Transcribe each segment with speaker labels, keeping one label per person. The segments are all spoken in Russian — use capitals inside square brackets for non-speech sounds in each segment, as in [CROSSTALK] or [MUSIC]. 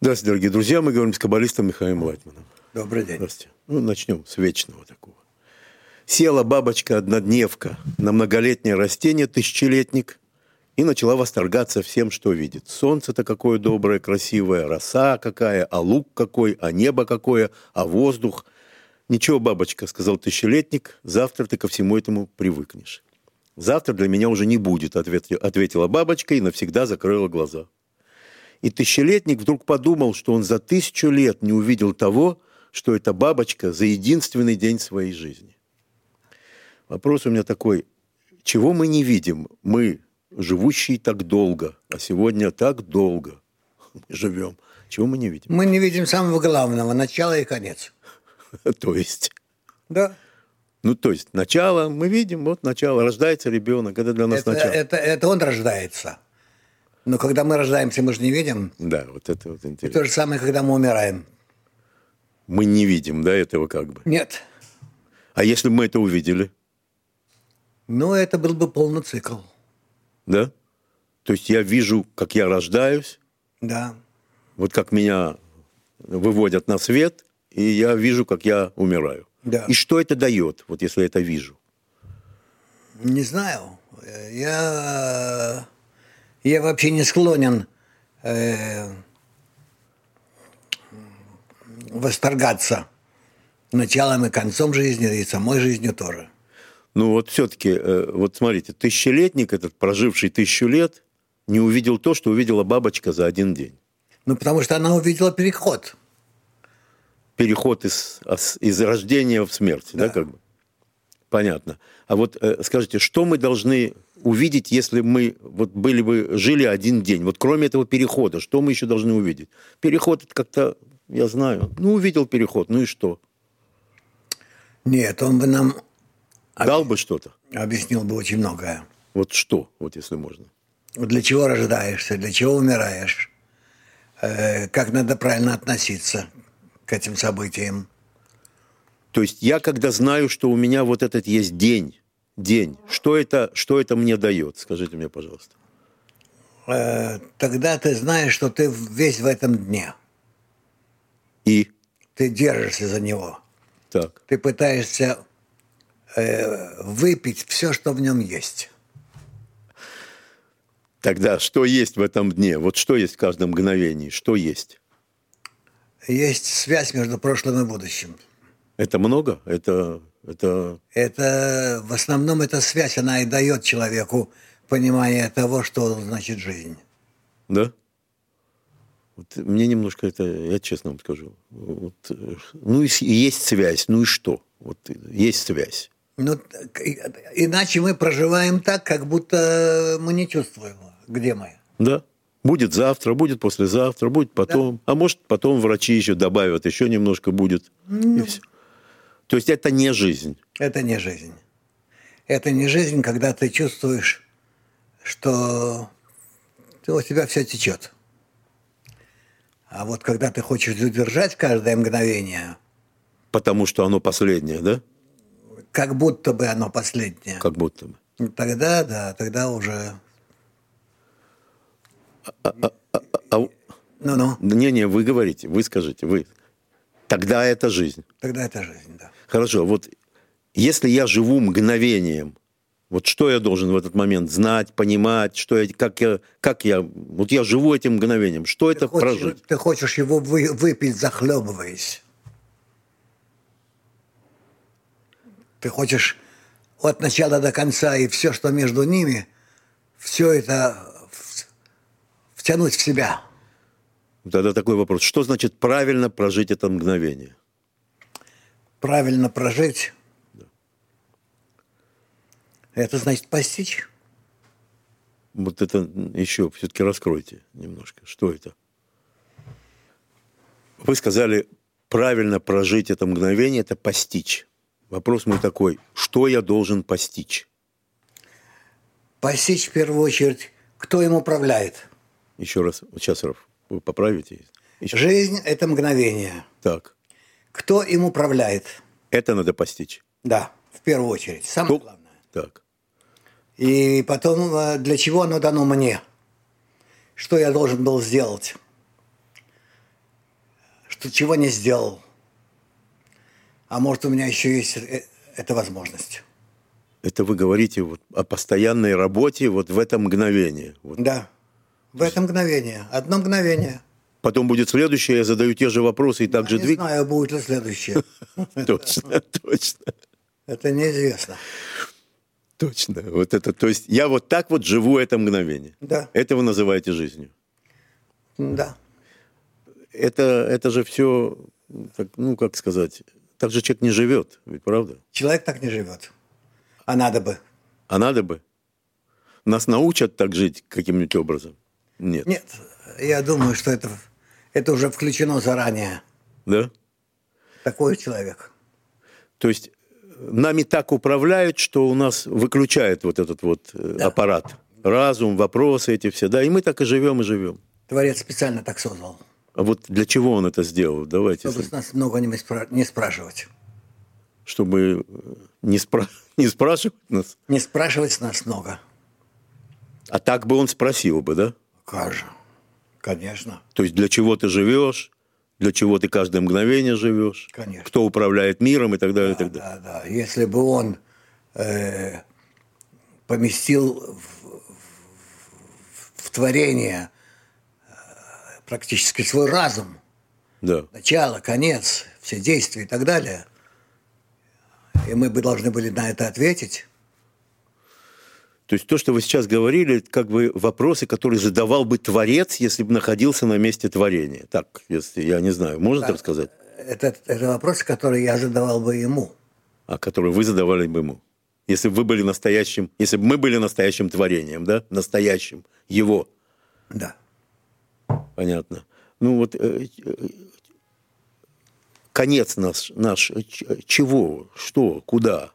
Speaker 1: Здравствуйте, дорогие друзья. Мы говорим с каббалистом Михаилом Лайтманом.
Speaker 2: Добрый день.
Speaker 1: Здравствуйте. Ну, начнем с вечного такого. Села бабочка-однодневка на многолетнее растение, тысячелетник, и начала восторгаться всем, что видит. Солнце-то какое доброе, красивое, роса какая, а лук какой, а небо какое, а воздух. Ничего, бабочка, сказал тысячелетник, завтра ты ко всему этому привыкнешь. Завтра для меня уже не будет, ответи- ответила бабочка и навсегда закрыла глаза. И тысячелетник вдруг подумал, что он за тысячу лет не увидел того, что эта бабочка за единственный день своей жизни. Вопрос у меня такой, чего мы не видим? Мы, живущие так долго, а сегодня так долго мы живем. Чего мы не видим? [LAUGHS]
Speaker 2: Мы не видим самого главного, начало и конец.
Speaker 1: То есть,
Speaker 2: Да.
Speaker 1: ну то есть, начало мы видим, вот начало, рождается ребенок, это для нас
Speaker 2: Это,
Speaker 1: начало.
Speaker 2: это, это он рождается. Но когда мы рождаемся, мы же не видим.
Speaker 1: Да, вот это вот
Speaker 2: И
Speaker 1: интересно.
Speaker 2: то же самое, когда мы умираем.
Speaker 1: Мы не видим, да, этого как бы.
Speaker 2: Нет.
Speaker 1: А если бы мы это увидели,
Speaker 2: Ну, это был бы полный цикл.
Speaker 1: да? То есть я вижу, как я рождаюсь,
Speaker 2: Да.
Speaker 1: вот как меня выводят на свет, и я вижу, как я умираю.
Speaker 2: Да.
Speaker 1: И что это дает, вот если я это вижу?
Speaker 2: Не знаю. Э, Я, я вообще не склонен э, восторгаться началом и концом жизни, и самой жизнью тоже.
Speaker 1: Ну вот все-таки, вот смотрите, тысячелетник этот, проживший тысячу лет, не увидел то, что увидела бабочка за один день.
Speaker 2: Ну, потому что она увидела переход.
Speaker 1: Переход из, ос- из рождения в смерть, да,
Speaker 2: Да.
Speaker 1: как бы? Понятно. А вот э, скажите, что мы должны увидеть, если мы вот были бы, жили один день? Вот кроме этого перехода, что мы еще должны увидеть? Переход это как-то, я знаю, ну увидел переход, ну и что?
Speaker 2: Нет, он бы нам
Speaker 1: Дал бы что-то?
Speaker 2: объяснил бы очень многое.
Speaker 1: Вот что, вот если можно?
Speaker 2: Вот Для чего рождаешься, для чего умираешь, э, как надо правильно относиться к этим событиям.
Speaker 1: То есть я когда знаю, что у меня вот этот есть день, день, что это, что это мне дает? Скажите мне, пожалуйста.
Speaker 2: Э, Тогда ты знаешь, что ты весь в этом дне.
Speaker 1: И
Speaker 2: Ты держишься за него.
Speaker 1: так,
Speaker 2: Ты пытаешься э, выпить все, что в нем есть.
Speaker 1: тогда что есть в этом дне? Вот что есть в каждом мгновении? Что есть?
Speaker 2: Есть связь между прошлым и будущим.
Speaker 1: Это много? Это, это
Speaker 2: Это в основном эта связь, она и дает человеку понимание того, что значит жизнь.
Speaker 1: Да? Вот мне немножко это, я честно вам скажу. Вот, э, ну, и с- и есть связь, ну и что? Вот э, есть связь.
Speaker 2: Ну, так, и- иначе мы проживаем так, как будто мы не чувствуем, где мы.
Speaker 1: Да? Будет завтра, будет послезавтра, будет потом. А может, потом врачи еще добавят, еще немножко будет. и всё. То есть это не жизнь.
Speaker 2: Это не жизнь. Это не жизнь, когда ты чувствуешь, что ты- у тебя все течет. А вот когда ты хочешь задержать каждое мгновение,
Speaker 1: Потому что оно последнее, да?
Speaker 2: как будто бы оно последнее,
Speaker 1: Как будто бы.
Speaker 2: тогда, да, тогда уже,
Speaker 1: А у-
Speaker 2: ну-ну,
Speaker 1: Не-не, вы говорите, вы скажите, вы. Тогда это жизнь.
Speaker 2: тогда это жизнь, да.
Speaker 1: Хорошо, вот если я живу мгновением, вот что я должен в этот момент знать, понимать, что я, как я, как я, вот я живу этим мгновением, что это
Speaker 2: Ты хочешь,
Speaker 1: прожить?
Speaker 2: ты хочешь его вы- выпить, захлебываясь. Ты хочешь от начала до конца и все, что между ними, все это в- втянуть в себя.
Speaker 1: Тогда такой вопрос, что значит правильно прожить это мгновение?
Speaker 2: Правильно прожить. Это значит постичь.
Speaker 1: Вот это еще все-таки раскройте немножко, что это? Вы сказали, правильно прожить это мгновение – это постичь. Вопрос мой такой, что я должен постичь?
Speaker 2: Постичь в первую очередь, кто им управляет.
Speaker 1: Еще раз, сейчас, Раф, вы поправите? Еще.
Speaker 2: Жизнь – это мгновение.
Speaker 1: Так.
Speaker 2: Кто им управляет?
Speaker 1: Это надо постичь.
Speaker 2: Да, в первую очередь. Самое
Speaker 1: То-
Speaker 2: главное.
Speaker 1: Так.
Speaker 2: И потом, э, для чего оно дано мне? Что я должен был сделать? что чего не сделал. А может, у меня еще есть э- эта возможность.
Speaker 1: Это вы говорите вот о постоянной работе вот в это мгновение. Вот.
Speaker 2: Да. В это мгновение. Одно мгновение.
Speaker 1: Потом будет следующее, я задаю те же вопросы и так же
Speaker 2: не
Speaker 1: двиг-
Speaker 2: знаю, будет ли следующее.
Speaker 1: [LAUGHS] Точно, точно,
Speaker 2: Это неизвестно.
Speaker 1: точно. Вот это, то есть я вот так вот живу это мгновение.
Speaker 2: Да.
Speaker 1: Это вы называете жизнью.
Speaker 2: Да.
Speaker 1: Это, это же все, ну как сказать, так же человек не живет, ведь правда?
Speaker 2: Человек так не живет. А надо бы.
Speaker 1: А надо бы. Нас научат так жить каким-нибудь образом? Нет.
Speaker 2: Нет, я думаю, что это, это уже включено заранее.
Speaker 1: Да?
Speaker 2: Такой человек.
Speaker 1: То есть э, нами так управляют, что у нас выключает вот этот вот э, аппарат. Разум, вопросы эти все, да, и мы так и живем, и живем.
Speaker 2: Творец специально так создал,
Speaker 1: А вот для чего он это сделал? Давайте,
Speaker 2: чтобы
Speaker 1: чтобы,
Speaker 2: с нас много не, спра- не спрашивать.
Speaker 1: чтобы э, не, спра- [LAUGHS] не спрашивать нас.
Speaker 2: Не спрашивать с нас много.
Speaker 1: А так бы он спросил бы, да?
Speaker 2: Как же? Конечно.
Speaker 1: То есть для чего ты живешь, для чего ты каждое мгновение живешь,
Speaker 2: Конечно.
Speaker 1: кто управляет миром и так далее, и так далее.
Speaker 2: Да, да. Если бы он э, поместил в, в- в творение э, практически свой разум,
Speaker 1: Да.
Speaker 2: начало, конец, все действия и так далее, и мы бы должны были на это ответить,
Speaker 1: То есть то, что вы сейчас говорили, это как бы вопросы, которые задавал бы Творец, если бы находился на месте творения. Так, если я не знаю, можно так сказать?
Speaker 2: это, это вопрос, который я задавал бы ему.
Speaker 1: А которые вы задавали бы ему. Если бы вы были настоящим, если бы мы были настоящим творением, да? Настоящим, его.
Speaker 2: Да.
Speaker 1: Понятно. Ну вот э, э, конец наш, наш э, ч- чего, что, куда?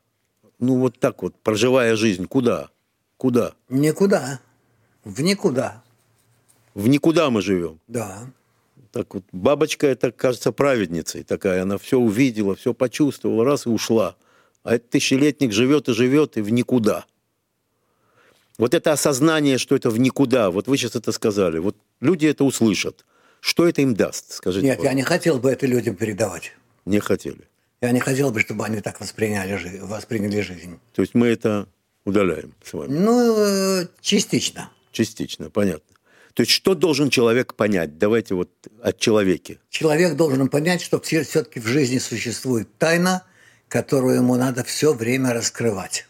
Speaker 1: Ну вот так вот, проживая жизнь, куда? Куда?
Speaker 2: Никуда. В никуда.
Speaker 1: В никуда мы живем.
Speaker 2: Да.
Speaker 1: Так вот, бабочка, это, кажется, праведницей такая. Она все увидела, все почувствовала, раз и ушла. А этот тысячелетник живет и живет, и в никуда. Вот это осознание, что это в никуда, вот вы сейчас это сказали, вот люди это услышат. Что это им даст, скажите?
Speaker 2: Нет, я не хотел бы это людям передавать.
Speaker 1: пожалуйста? не хотели.
Speaker 2: Я не хотел бы, чтобы они так восприняли, жи- восприняли жизнь.
Speaker 1: То есть мы это удаляем с вами.
Speaker 2: Ну, э, частично.
Speaker 1: Частично, понятно. То есть что должен человек понять? Давайте вот о человеке.
Speaker 2: Человек должен понять, что все-таки в жизни существует тайна, которую ему надо все время раскрывать.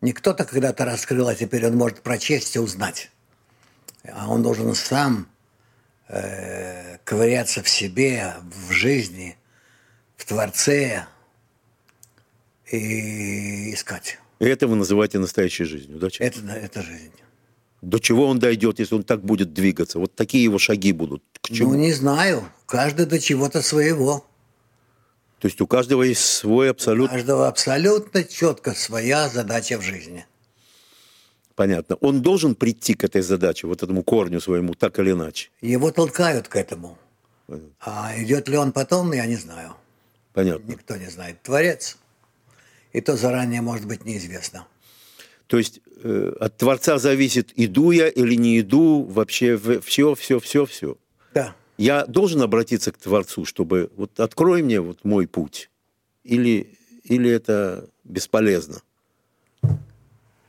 Speaker 2: Не кто-то когда-то раскрыл, а теперь он может прочесть и узнать. А он должен сам э, ковыряться в себе, в жизни, в Творце и искать.
Speaker 1: И это вы называете настоящей жизнью, да? человек?
Speaker 2: Это, это жизнь.
Speaker 1: До чего он дойдет, если он так будет двигаться? Вот такие его шаги будут. К чему?
Speaker 2: Ну, не знаю. Каждый до чего-то своего.
Speaker 1: То есть у каждого есть свой
Speaker 2: У
Speaker 1: абсолют.
Speaker 2: каждого абсолютно четко своя задача в жизни.
Speaker 1: Понятно. Он должен прийти к этой задаче, вот этому корню своему, так или иначе.
Speaker 2: Его толкают к этому. А идет ли он потом, я не знаю.
Speaker 1: Понятно.
Speaker 2: Никто не знает. Творец. И то заранее, может быть, неизвестно.
Speaker 1: То есть э, от Творца зависит, иду я или не иду, вообще все, все, все, все.
Speaker 2: Да.
Speaker 1: Я должен обратиться к Творцу, чтобы вот открой мне вот мой путь, или, или это бесполезно.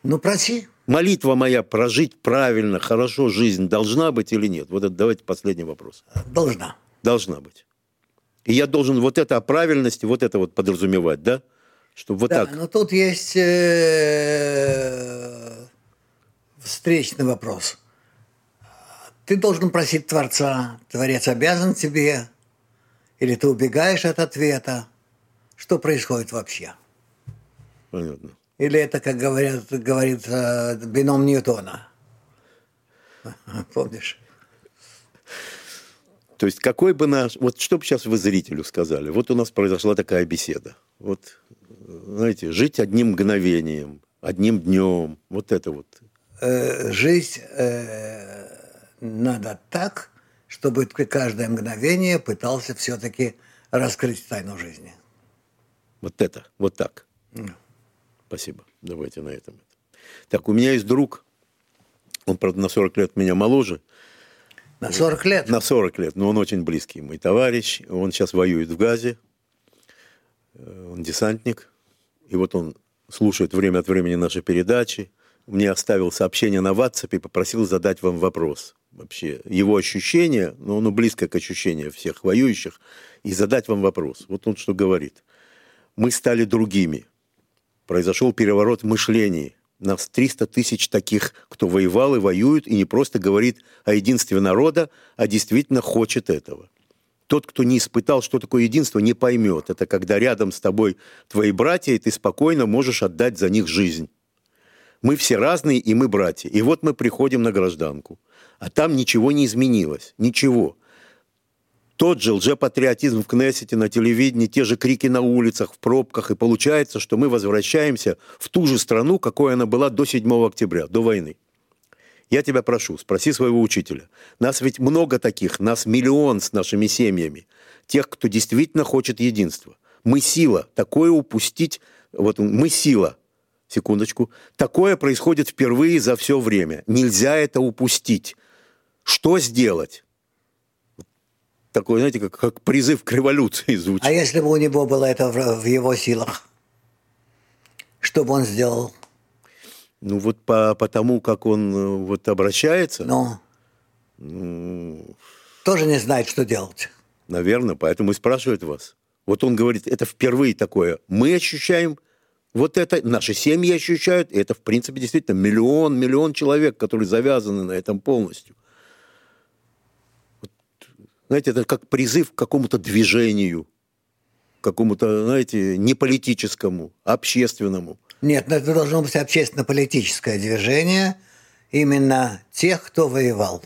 Speaker 2: Ну, проси.
Speaker 1: Молитва моя прожить правильно, хорошо жизнь должна быть или нет? Вот это давайте последний вопрос.
Speaker 2: Должна.
Speaker 1: Должна быть. И я должен вот это о правильности, вот это вот подразумевать, да? Чтобы вот
Speaker 2: Да, ну.
Speaker 1: так.
Speaker 2: но тут есть э, встречный вопрос. Ты должен просить Творца, Творец обязан тебе, или ты убегаешь от ответа, что происходит вообще?
Speaker 1: Понятно.
Speaker 2: Или это, как говорят, говорит э, бином Ньютона? Помнишь?
Speaker 1: То есть какой бы наш... Вот что бы сейчас вы зрителю сказали? Вот у нас произошла такая беседа. Вот, э, знаете, жить одним мгновением, одним днем, вот это вот.
Speaker 2: Э, Жизнь э, надо так, чтобы ты каждое мгновение пытался все-таки раскрыть тайну жизни.
Speaker 1: Вот это, вот так. Спасибо. Давайте на этом. Так, у меня есть друг, он, правда, на 40 лет меня моложе,
Speaker 2: На 40 лет?
Speaker 1: На 40 лет, но он очень близкий мой товарищ. Он сейчас воюет в Газе, Э, он десантник. И вот он слушает время от времени наши передачи. Мне оставил сообщение на WhatsApp и попросил задать вам вопрос. Вообще его ощущение, но ну, оно близко к ощущению всех воюющих, и задать вам вопрос. Вот он что говорит. Мы стали другими. Произошел переворот мышления. Нас 300 тысяч таких, кто воевал и воюет, и не просто говорит о единстве народа, а действительно хочет этого. Тот, кто не испытал, что такое единство, не поймет. Это когда рядом с тобой твои братья, и ты спокойно можешь отдать за них жизнь. Мы все разные, и мы братья. И вот мы приходим на гражданку. А там ничего не изменилось. Ничего. Тот же лжепатриотизм в Кнессете, на телевидении, те же крики на улицах, в пробках. И получается, что мы возвращаемся в ту же страну, какой она была до 7 октября, до войны. Я тебя прошу, спроси своего учителя. Нас ведь много таких, нас миллион с нашими семьями. Тех, кто действительно хочет единства. Мы сила. Такое упустить... Вот мы сила. Секундочку. Такое происходит впервые за все время. Нельзя это упустить. Что сделать? Такой, знаете, как, как призыв к революции звучит.
Speaker 2: А если бы у него было это в, в его силах? Что бы он сделал?
Speaker 1: Ну вот по, по тому, как он э, вот обращается.
Speaker 2: Ну.
Speaker 1: ну,
Speaker 2: Тоже не знает, что делать.
Speaker 1: наверное, поэтому и спрашивает вас. Вот он говорит, это впервые такое. Мы ощущаем вот это, наши семьи ощущают, и это, в принципе, действительно миллион, миллион человек, которые завязаны на этом полностью. Вот, знаете, это как призыв к какому-то движению, к какому-то, знаете, не политическому, а общественному.
Speaker 2: Нет, но это должно быть общественно-политическое движение именно тех, кто воевал.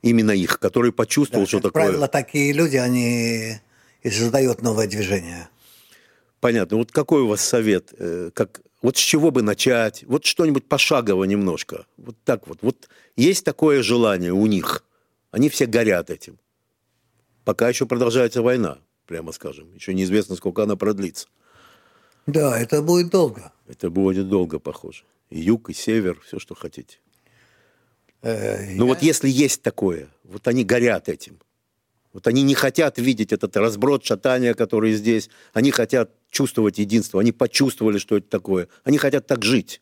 Speaker 1: Именно их, который почувствовал, что
Speaker 2: как
Speaker 1: такое.
Speaker 2: правило, такие люди, они и создают новое движение.
Speaker 1: Понятно. Вот какой у вас совет? э, Как, вот с чего бы начать? Вот что-нибудь пошагово немножко. Вот так вот. Вот есть такое желание у них. Они все горят этим. Пока еще продолжается война, прямо скажем. Еще неизвестно, сколько она продлится.
Speaker 2: Да, это будет долго.
Speaker 1: Это будет долго, похоже. И юг, и север, все, что хотите.
Speaker 2: Э,
Speaker 1: Но вот если есть такое, вот они горят этим. Вот они не хотят видеть этот разброд, шатание, которые здесь. Они хотят чувствовать единство. Они почувствовали, что это такое. Они хотят так жить.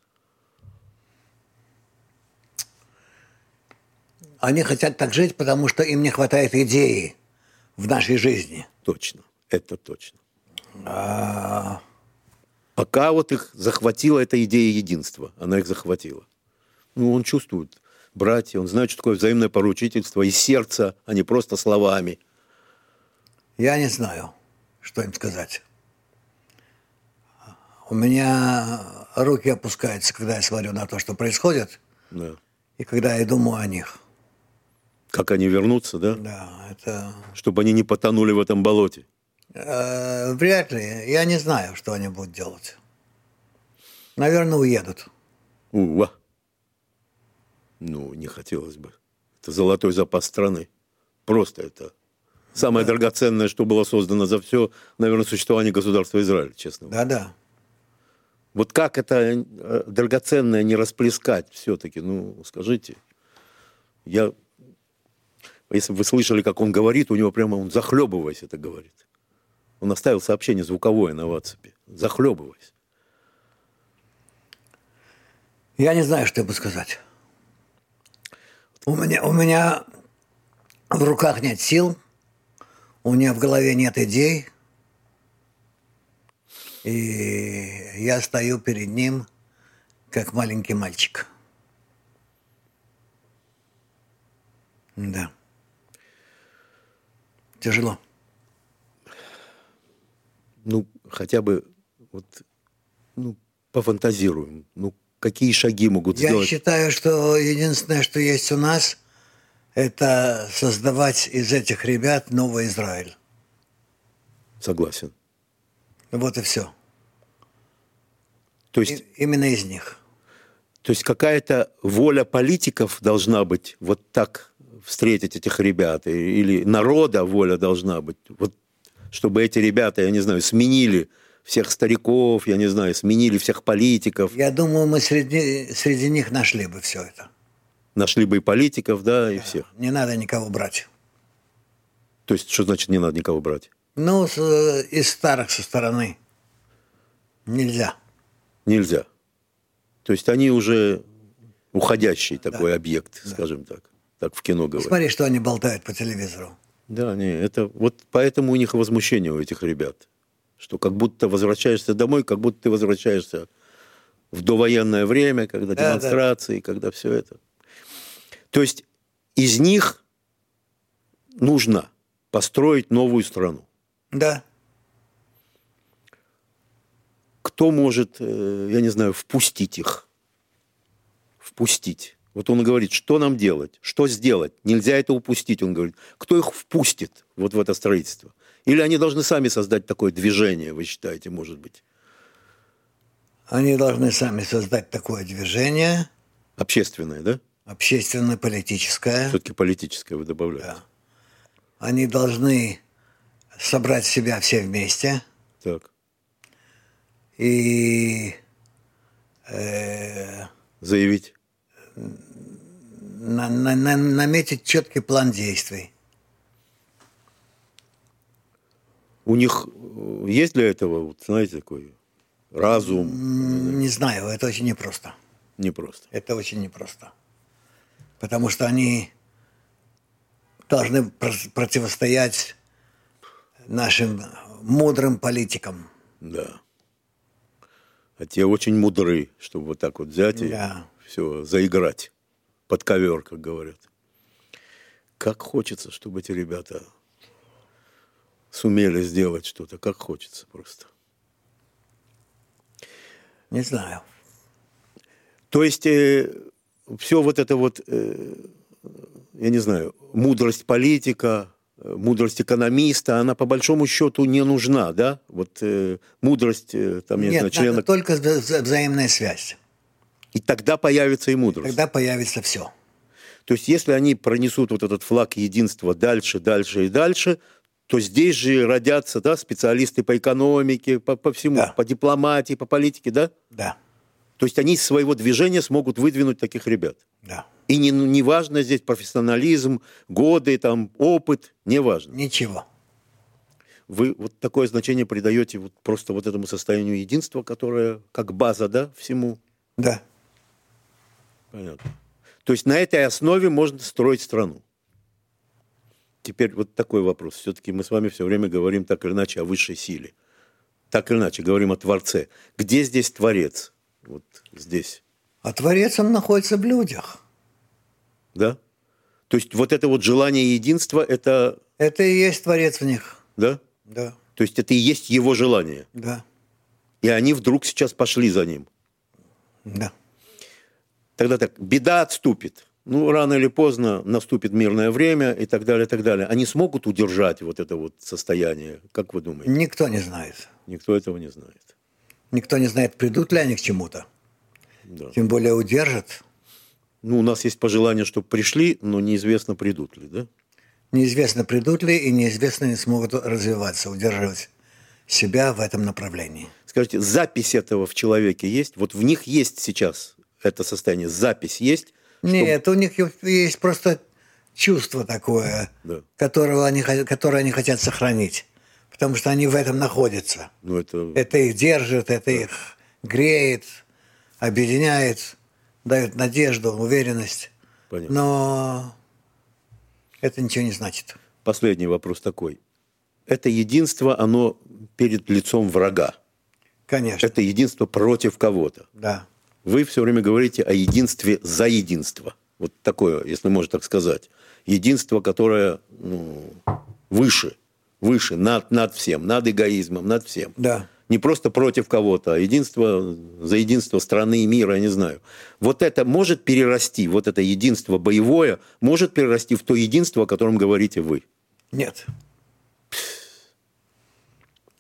Speaker 2: Они хотят так жить, потому что им не хватает идеи в нашей жизни.
Speaker 1: Точно. Это точно. Пока вот их захватила эта идея единства. Она их захватила. Ну, он чувствует братья, он знает, что такое взаимное поручительство из сердца, а не просто словами.
Speaker 2: Я не знаю, что им сказать. У меня руки опускаются, когда я смотрю на то, что происходит,
Speaker 1: Да.
Speaker 2: и когда я думаю о них.
Speaker 1: Как они вернутся, да?
Speaker 2: Да, это
Speaker 1: Чтобы они не потонули в этом болоте.
Speaker 2: э, вряд ли. Я не знаю, что они будут делать. Наверное, уедут.
Speaker 1: Уа. Ну, не хотелось бы. Это золотой запас страны. Просто это самое драгоценное, что было создано за все, наверное, существование государства Израиль, честно.
Speaker 2: Да-да.
Speaker 1: Вот как это э, драгоценное не расплескать все-таки? Ну, скажите. Я, если бы вы слышали, как он говорит, у него прямо он захлебываясь это говорит. Он оставил сообщение звуковое на WhatsApp. Захлебываясь.
Speaker 2: Я не знаю, что я буду сказать. У меня, у меня в руках нет сил, у меня в голове нет идей, и я стою перед ним, как маленький мальчик. Да. Тяжело.
Speaker 1: ну, хотя бы вот, ну, пофантазируем. Ну, какие шаги могут
Speaker 2: Я
Speaker 1: сделать?
Speaker 2: считаю, что единственное, что есть у нас, это создавать из этих ребят новый Израиль.
Speaker 1: Согласен.
Speaker 2: Вот и все.
Speaker 1: То
Speaker 2: И-
Speaker 1: есть,
Speaker 2: Именно из них.
Speaker 1: то есть какая-то воля политиков должна быть вот так встретить этих ребят, и- или народа воля должна быть, вот, чтобы эти ребята, я не знаю, сменили всех стариков, я не знаю, сменили всех политиков.
Speaker 2: Я думаю, мы среди, среди них нашли бы все это.
Speaker 1: Нашли бы и политиков, да, и всех.
Speaker 2: Не надо никого брать.
Speaker 1: То есть, что значит не надо никого брать?
Speaker 2: Ну, с, э, из старых со стороны нельзя.
Speaker 1: Нельзя. То есть они уже уходящий такой объект, скажем так. Так в кино говорят.
Speaker 2: Смотри, что они болтают по телевизору.
Speaker 1: Да, не, это вот поэтому у них возмущение у этих ребят, что как будто возвращаешься домой, как будто ты возвращаешься в довоенное время, когда
Speaker 2: Да, да.
Speaker 1: демонстрации, когда все это. То есть из них нужно построить новую страну.
Speaker 2: Да.
Speaker 1: Кто может, э, я не знаю, впустить их? Впустить. Вот он и говорит, что нам делать, что сделать, нельзя это упустить, он говорит. Кто их впустит вот в это строительство? Или они должны сами создать такое движение, вы считаете, может быть,
Speaker 2: Они должны сами создать такое движение,
Speaker 1: общественное, да?
Speaker 2: общественно-политическое.
Speaker 1: Все-таки политическое вы добавляете.
Speaker 2: Да. Они должны собрать себя все вместе
Speaker 1: Так.
Speaker 2: и э,
Speaker 1: Заявить.
Speaker 2: на- на- на- наметить четкий план действий.
Speaker 1: У них э, есть для этого, вот, знаете, такой разум
Speaker 2: М, Не знаю, это очень непросто.
Speaker 1: непросто.
Speaker 2: Это очень непросто. Потому что они должны про- противостоять нашим мудрым политикам.
Speaker 1: Да. А те очень мудры, чтобы вот так вот взять и
Speaker 2: Да.
Speaker 1: все заиграть под ковер, как говорят. Как хочется, чтобы эти ребята сумели сделать что-то, как хочется просто.
Speaker 2: Не знаю.
Speaker 1: То есть все вот это вот, э, я не знаю, мудрость политика, э, мудрость экономиста, она по большому счету не нужна, да? Вот э, мудрость, э, там, я не
Speaker 2: Нет,
Speaker 1: знаю, члена...
Speaker 2: надо только вза- вза- взаимная связь.
Speaker 1: И тогда появится и мудрость.
Speaker 2: Тогда появится все.
Speaker 1: То есть если они пронесут вот этот флаг единства дальше, дальше и дальше, то здесь же родятся да, специалисты по экономике, по, по всему,
Speaker 2: Да.
Speaker 1: по дипломатии, по политике, да?
Speaker 2: Да,
Speaker 1: То есть они из своего движения смогут выдвинуть таких ребят.
Speaker 2: да.
Speaker 1: И не, ну, не важно здесь профессионализм, годы, там, опыт, не важно.
Speaker 2: Ничего.
Speaker 1: Вы вот такое значение придаете вот просто вот этому состоянию единства, которое как база, да, всему.
Speaker 2: Да.
Speaker 1: Понятно. То есть на этой основе можно строить страну. Теперь вот такой вопрос. Все-таки мы с вами все время говорим так или иначе о высшей силе. Так или иначе говорим о Творце. Где здесь Творец? Вот здесь,
Speaker 2: А Творец, он находится в людях.
Speaker 1: да? То есть вот это вот желание единства, это,
Speaker 2: Это и есть Творец в них.
Speaker 1: да?
Speaker 2: Да,
Speaker 1: То есть это и есть его желание.
Speaker 2: да,
Speaker 1: И они вдруг сейчас пошли за ним.
Speaker 2: да.
Speaker 1: Тогда так, беда отступит. Ну, рано или поздно наступит мирное время и так далее, и так далее. Они смогут удержать вот это вот состояние, как вы думаете?
Speaker 2: Никто не знает.
Speaker 1: Никто этого не знает.
Speaker 2: Никто не знает, придут ли они к чему-то.
Speaker 1: Да.
Speaker 2: Тем более удержат.
Speaker 1: Ну, у нас есть пожелание, чтобы пришли, но неизвестно, придут ли, да?
Speaker 2: Неизвестно, придут ли, и неизвестно, не смогут развиваться, удерживать себя в этом направлении.
Speaker 1: Скажите, запись этого в человеке есть? Вот в них есть сейчас это состояние, запись есть? чтоб-
Speaker 2: Нет, у них е- есть просто чувство такое,
Speaker 1: Да.
Speaker 2: которого они, хо- которое они хотят сохранить. Потому что они в этом находятся.
Speaker 1: Ну, это...
Speaker 2: Это их держит, это их греет, объединяет, дает надежду, уверенность.
Speaker 1: понятно.
Speaker 2: Но это ничего не значит.
Speaker 1: Последний вопрос такой. Это единство, оно перед лицом врага.
Speaker 2: Конечно,
Speaker 1: Это единство против кого-то.
Speaker 2: да.
Speaker 1: Вы все время говорите о единстве за единство. Вот такое, если можно так сказать. Единство, которое ну, выше, выше, над, над всем, над эгоизмом, над всем.
Speaker 2: Да.
Speaker 1: Не просто против кого-то, а единство за единство страны и мира, я не знаю. Вот это может перерасти, вот это единство боевое, может перерасти в то единство, о котором говорите вы.
Speaker 2: Нет.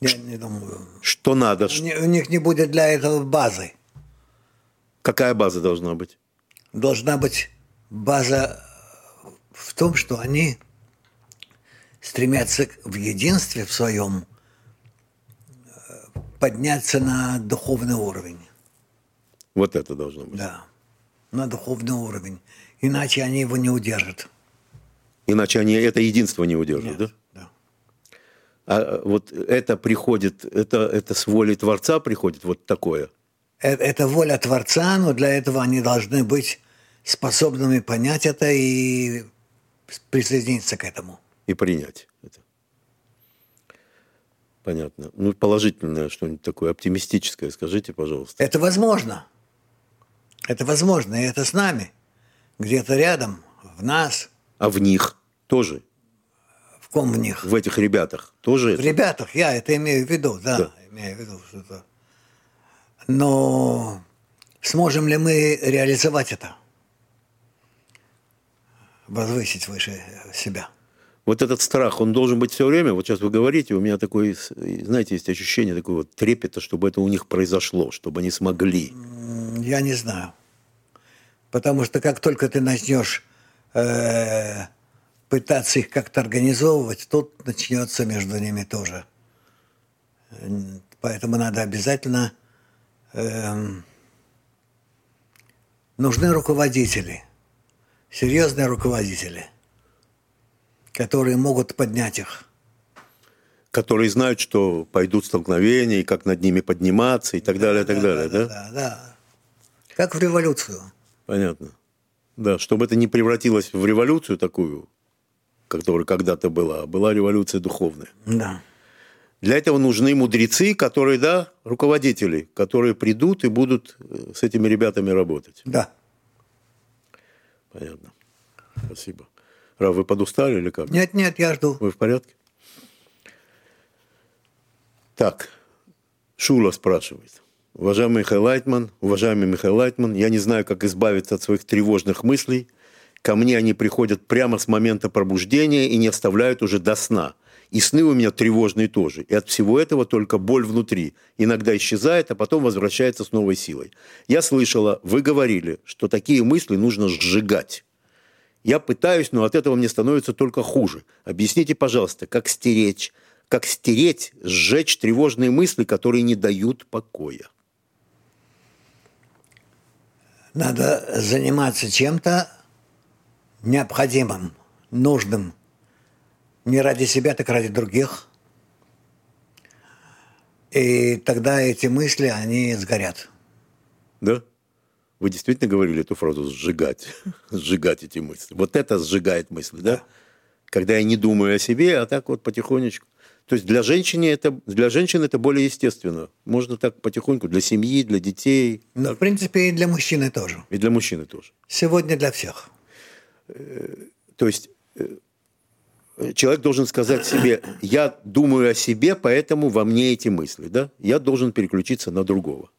Speaker 2: Я не думаю.
Speaker 1: Что надо,
Speaker 2: У
Speaker 1: ш-
Speaker 2: не- у них не будет для этого базы.
Speaker 1: какая база должна быть?
Speaker 2: Должна быть база в том, что они стремятся к- в единстве в своем э, подняться на духовный уровень.
Speaker 1: Вот это должно быть.
Speaker 2: Да, на духовный уровень. иначе они его не удержат.
Speaker 1: Иначе они это единство не удержат, Ну да?
Speaker 2: Да.
Speaker 1: А вот это приходит, это, это с воли Творца приходит вот такое.
Speaker 2: Э- Это воля Творца, но для этого они должны быть способными понять это и с- присоединиться к этому.
Speaker 1: и принять это. Понятно. Ну, положительное что-нибудь такое, оптимистическое, скажите, пожалуйста.
Speaker 2: Это возможно. Это возможно, и это с нами. Где-то рядом, в нас,
Speaker 1: А в них тоже,
Speaker 2: в ком в них.
Speaker 1: в этих ребятах тоже
Speaker 2: В
Speaker 1: это?
Speaker 2: ребятах, я это имею в виду, да,
Speaker 1: Да.
Speaker 2: имею в виду, что это. Но сможем ли мы реализовать это? Возвысить выше себя.
Speaker 1: Вот этот страх, он должен быть все время, вот сейчас вы говорите, у меня такое, с- э, знаете, есть ощущение такого вот трепета, чтобы это у них произошло, чтобы они смогли.
Speaker 2: М, Я не знаю. Потому что как только ты начнешь э, пытаться их как-то организовывать, тут начнется между ними тоже. М, Поэтому надо обязательно... эм, нужны руководители, серьезные руководители, которые могут поднять их.
Speaker 1: Которые знают, что пойдут столкновения, и как над ними подниматься, и так далее, и так далее, да?
Speaker 2: Да, да. Как в революцию.
Speaker 1: Понятно. Да, чтобы это не превратилось в революцию такую, которая когда-то была, а была революция духовная.
Speaker 2: Да.
Speaker 1: Для этого нужны мудрецы, которые, да, руководители, которые придут и будут э, с этими ребятами работать.
Speaker 2: Да.
Speaker 1: Понятно. Спасибо. Ра, вы подустали или как?
Speaker 2: Нет, нет, я жду.
Speaker 1: Вы в порядке? Так, Шула спрашивает. Уважаемый Михаил Лайтман, уважаемый Михаил Лайтман, я не знаю, как избавиться от своих тревожных мыслей. Ко мне они приходят прямо с момента пробуждения и не оставляют уже до сна. И сны у меня тревожные тоже. И от всего этого только боль внутри. Иногда исчезает, а потом возвращается с новой силой. Я слышала, вы говорили, что такие мысли нужно сжигать. Я пытаюсь, но от этого мне становится только хуже. Объясните, пожалуйста, как стеречь, как стереть, сжечь тревожные мысли, которые не дают покоя.
Speaker 2: Надо заниматься чем-то необходимым, нужным. Не ради себя, так ради других. И тогда эти мысли, они сгорят.
Speaker 1: Да? Вы действительно говорили эту фразу «сжигать», [LAUGHS] «сжигать эти мысли». Вот это сжигает мысли, да? Когда я не думаю о себе, а так вот потихонечку. То есть для женщины это, для женщин это более естественно. Можно так потихоньку, для семьи, для детей
Speaker 2: Но, Ну, в принципе, и для мужчины тоже.
Speaker 1: и для мужчины тоже.
Speaker 2: Сегодня для всех.
Speaker 1: То есть э, человек должен сказать себе, я думаю о себе, поэтому во мне эти мысли, да? Я должен переключиться на другого.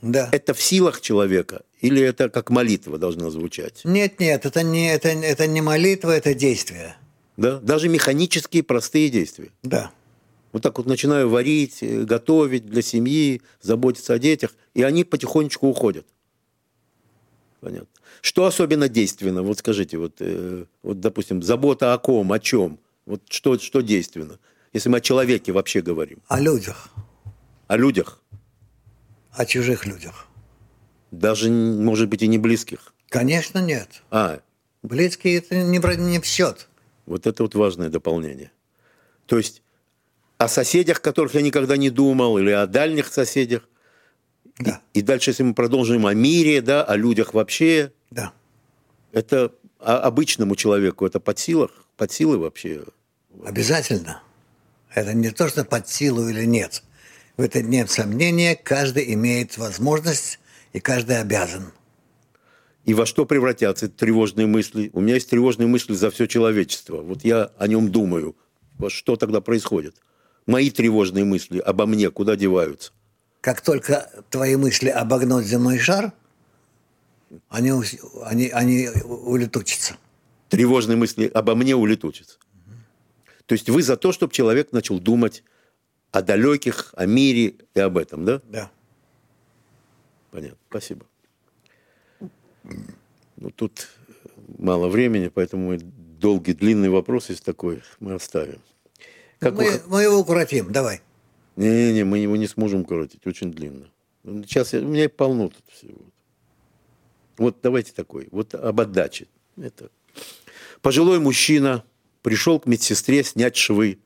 Speaker 2: Да.
Speaker 1: Это в силах человека или это как молитва должна звучать?
Speaker 2: Нет, нет, это не, это, это не молитва, это действие.
Speaker 1: Да? Даже механические простые действия.
Speaker 2: Да.
Speaker 1: Вот так вот начинаю варить, э, готовить для семьи, заботиться о детях, и они потихонечку уходят. Понятно. Что особенно действенно? Вот скажите, вот, э, вот допустим, забота о ком, о чем? Вот что, что действенно? Если мы о человеке вообще говорим,
Speaker 2: О людях,
Speaker 1: о людях,
Speaker 2: о чужих людях.
Speaker 1: даже, н- может быть, и не близких.
Speaker 2: Конечно, нет.
Speaker 1: А,
Speaker 2: Близкие это не, бра- не в счет.
Speaker 1: вот это вот важное дополнение. То есть о соседях, которых я никогда не думал, или о дальних соседях.
Speaker 2: Да,
Speaker 1: И дальше, если мы продолжим о мире, да, о людях вообще,
Speaker 2: да.
Speaker 1: Это а- обычному человеку это под силах, под силы вообще.
Speaker 2: Обязательно. Это не то, что под силу или нет. В этот день сомнения каждый имеет возможность и каждый обязан.
Speaker 1: И во что превратятся эти тревожные мысли? У меня есть тревожные мысли за все человечество. Вот я о нем думаю. Вот Что тогда происходит? Мои тревожные мысли обо мне куда деваются?
Speaker 2: Как только твои мысли обогнут земной шар, они, ус- они, они у- улетучатся.
Speaker 1: Тревожные мысли обо мне улетучатся. То есть вы за то, чтобы человек начал думать о далеких, о мире и об этом, да?
Speaker 2: Да.
Speaker 1: Понятно. Спасибо. Ну, тут мало времени, поэтому мы долгий, длинный вопрос есть такой, мы оставим. Как
Speaker 2: мы,
Speaker 1: вы-
Speaker 2: мы его укоротим, давай.
Speaker 1: Не-не-не, мы его не сможем коротить, очень длинно. Ну, Сейчас я- у меня полно тут всего. Вот давайте такой, вот об отдаче. Это. Пожилой мужчина пришел к медсестре снять швы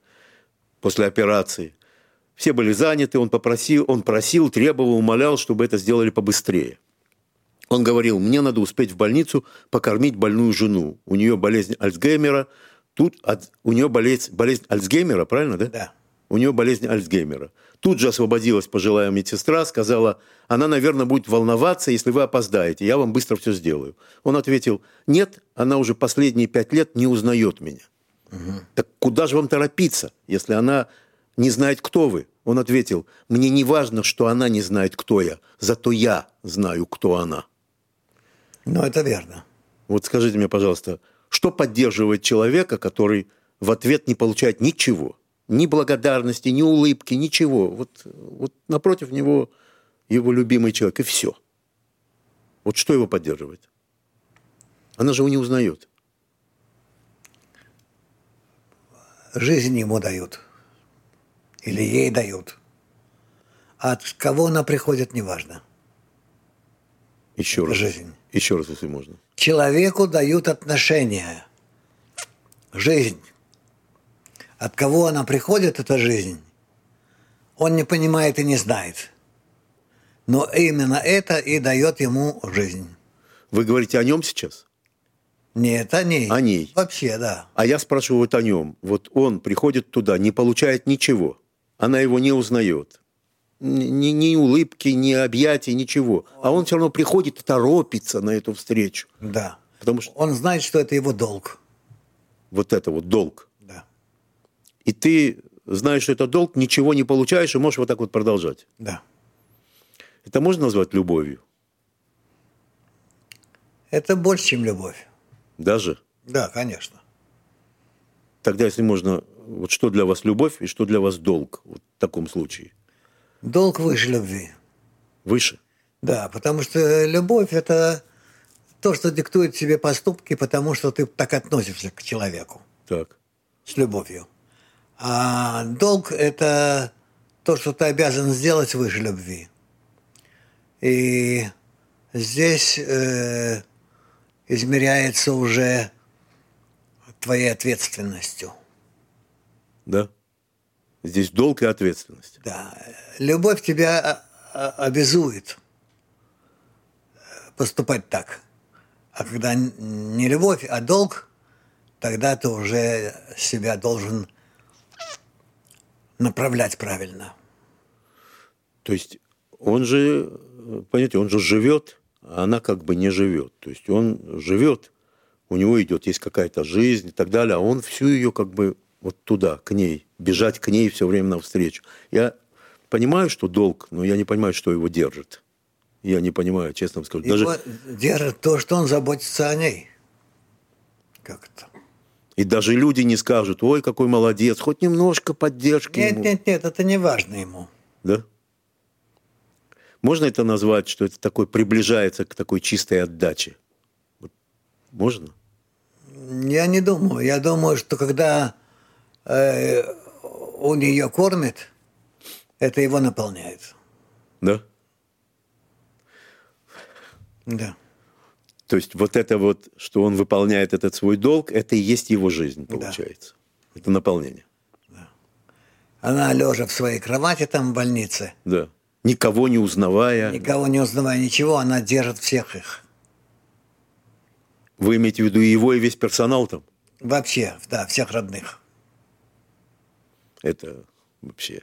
Speaker 1: после операции. Все были заняты, он попросил, он просил, требовал, умолял, чтобы это сделали побыстрее. Он говорил, мне надо успеть в больницу покормить больную жену. У нее болезнь Альцгеймера. Тут от- у нее болезнь, болезнь Альцгеймера, правильно, да?
Speaker 2: Да.
Speaker 1: У нее болезнь Альцгеймера. Тут же освободилась пожилая медсестра, сказала, она, наверное, будет волноваться, если вы опоздаете, я вам быстро все сделаю. Он ответил, нет, она уже последние пять лет не узнает меня. Так куда же вам торопиться, если она не знает, кто вы? Он ответил, мне не важно, что она не знает, кто я, зато я знаю, кто она.
Speaker 2: Ну, это верно.
Speaker 1: Вот скажите мне, пожалуйста, что поддерживает человека, который в ответ не получает ничего? Ни благодарности, ни улыбки, ничего. Вот, вот напротив него его любимый человек, и все. Вот что его поддерживает? Она же его не узнает.
Speaker 2: Жизнь ему дают. Или ей дают. А от кого она приходит, неважно.
Speaker 1: Еще
Speaker 2: Это
Speaker 1: раз.
Speaker 2: жизнь.
Speaker 1: Еще раз, если можно.
Speaker 2: Человеку дают отношения. Жизнь. От кого она приходит, эта жизнь, он не понимает и не знает. Но именно это и дает ему жизнь.
Speaker 1: Вы говорите о нем сейчас?
Speaker 2: Не это а ней.
Speaker 1: О ней.
Speaker 2: Вообще, да.
Speaker 1: А я спрашиваю вот о нем. Вот он приходит туда, не получает ничего. Она его не узнает. Н- Ни, ни улыбки, ни объятий, ничего. А он все равно приходит и торопится на эту встречу.
Speaker 2: Да.
Speaker 1: Потому что
Speaker 2: Он знает, что это его долг.
Speaker 1: вот это вот долг.
Speaker 2: Да.
Speaker 1: И ты знаешь, что это долг, ничего не получаешь и можешь вот так вот продолжать.
Speaker 2: Да.
Speaker 1: Это можно назвать любовью?
Speaker 2: Это больше, чем любовь.
Speaker 1: Даже?
Speaker 2: Да, конечно.
Speaker 1: Тогда, если можно, вот что для вас любовь и что для вас долг вот в таком случае?
Speaker 2: Долг выше любви.
Speaker 1: Выше?
Speaker 2: Да, потому что любовь – это то, что диктует тебе поступки, потому что ты так относишься к человеку
Speaker 1: Так.
Speaker 2: с любовью. А долг – это то, что ты обязан сделать выше любви. И здесь э, измеряется уже твоей ответственностью.
Speaker 1: Да? Здесь долг и ответственность.
Speaker 2: Да, любовь тебя а, а, обязует поступать так. А когда н- не любовь, а долг, тогда ты уже себя должен направлять правильно.
Speaker 1: То есть он же, э, понимаете, он же живет, а она как бы не живет. То есть он живет, у него идет, есть какая-то жизнь и так далее, а он всю ее как бы вот туда, к ней, бежать к ней все время навстречу. Я понимаю, что долг, но я не понимаю, что его держит. Я не понимаю, честно вам скажу. Даже
Speaker 2: Его держит то, что он заботится о ней. Как это?
Speaker 1: И даже люди не скажут, ой, какой молодец, хоть немножко поддержки
Speaker 2: Нет,
Speaker 1: ему».
Speaker 2: нет, нет, это не важно ему.
Speaker 1: Да? Можно это назвать, что это такой приближается к такой чистой отдаче? Вот Можно?
Speaker 2: Я не думаю. Я думаю, что когда э, он ее кормит, это его наполняет.
Speaker 1: Да?
Speaker 2: Да.
Speaker 1: То есть вот это вот, что он выполняет этот свой долг, это и есть его жизнь,
Speaker 2: Да.
Speaker 1: получается. Это наполнение.
Speaker 2: Она лежа в своей кровати там в больнице,
Speaker 1: Да. Никого не узнавая.
Speaker 2: никого не узнавая ничего, она держит всех их.
Speaker 1: Вы имеете в виду и его, и весь персонал там?
Speaker 2: Вообще, да, всех родных.
Speaker 1: Это вообще...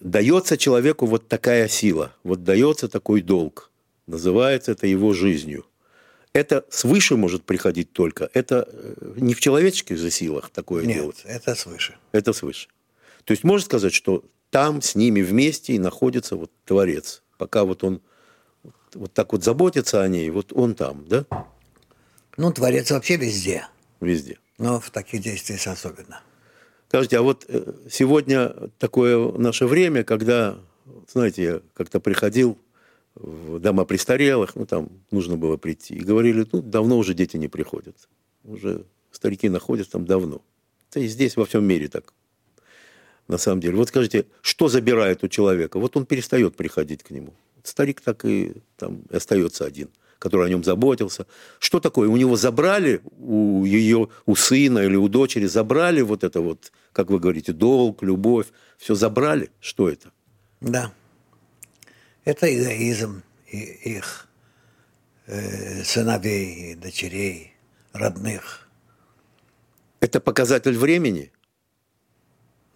Speaker 1: Дается человеку вот такая сила, вот дается такой долг. Называется это его жизнью. Это свыше может приходить только. Это э, не в человеческих же силах такое
Speaker 2: Нет,
Speaker 1: делать.
Speaker 2: это свыше.
Speaker 1: Это свыше. То есть можно сказать, что там с ними вместе и находится вот Творец. Пока вот он вот- вот так вот заботится о ней, вот он там, да,
Speaker 2: Ну, творец вообще везде,
Speaker 1: везде.
Speaker 2: но в таких действиях особенно.
Speaker 1: Скажите, а вот э, сегодня такое наше время, когда, знаете, я как-то приходил в дома престарелых, ну, там нужно было прийти, и говорили, ну, давно уже дети не приходят. Уже старики находятся там давно. Это и здесь во всем мире так, на самом деле. Вот скажите, что забирает у человека? Вот он перестает приходить к нему. старик так и там и остается один, который о нем заботился. Что такое? У него забрали, у ее, у сына или у дочери забрали вот это вот, как вы говорите, долг, любовь, все забрали? Что это?
Speaker 2: Да. Это эгоизм и их э, сыновей, дочерей, родных.
Speaker 1: Это показатель времени?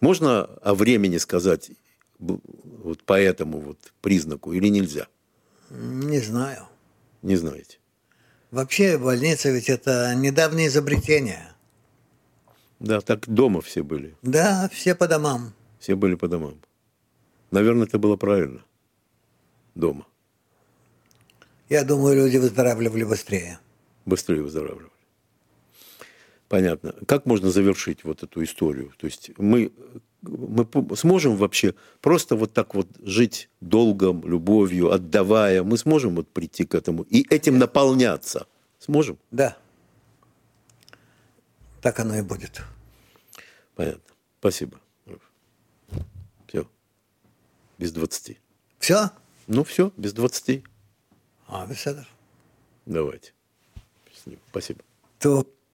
Speaker 1: Можно о времени сказать б- вот по этому вот признаку или нельзя?
Speaker 2: Не знаю.
Speaker 1: Не знаете.
Speaker 2: Вообще больница ведь это недавнее изобретение.
Speaker 1: Да, так дома все были.
Speaker 2: Да, все по домам.
Speaker 1: Все были по домам. Наверное, это было правильно. Дома.
Speaker 2: Я думаю, люди выздоравливали быстрее.
Speaker 1: Быстрее выздоравливали. Понятно. Как можно завершить вот эту историю? То есть мы, мы п- сможем вообще просто вот так вот жить долгом, любовью, отдавая? Мы сможем вот прийти к этому и этим наполняться? Сможем?
Speaker 2: Да. Так оно и будет.
Speaker 1: Понятно. Спасибо. Все. Без 20.
Speaker 2: Все?
Speaker 1: Ну все, без 20.
Speaker 2: А, Александр.
Speaker 1: Давайте. Счастливо. Спасибо.
Speaker 2: То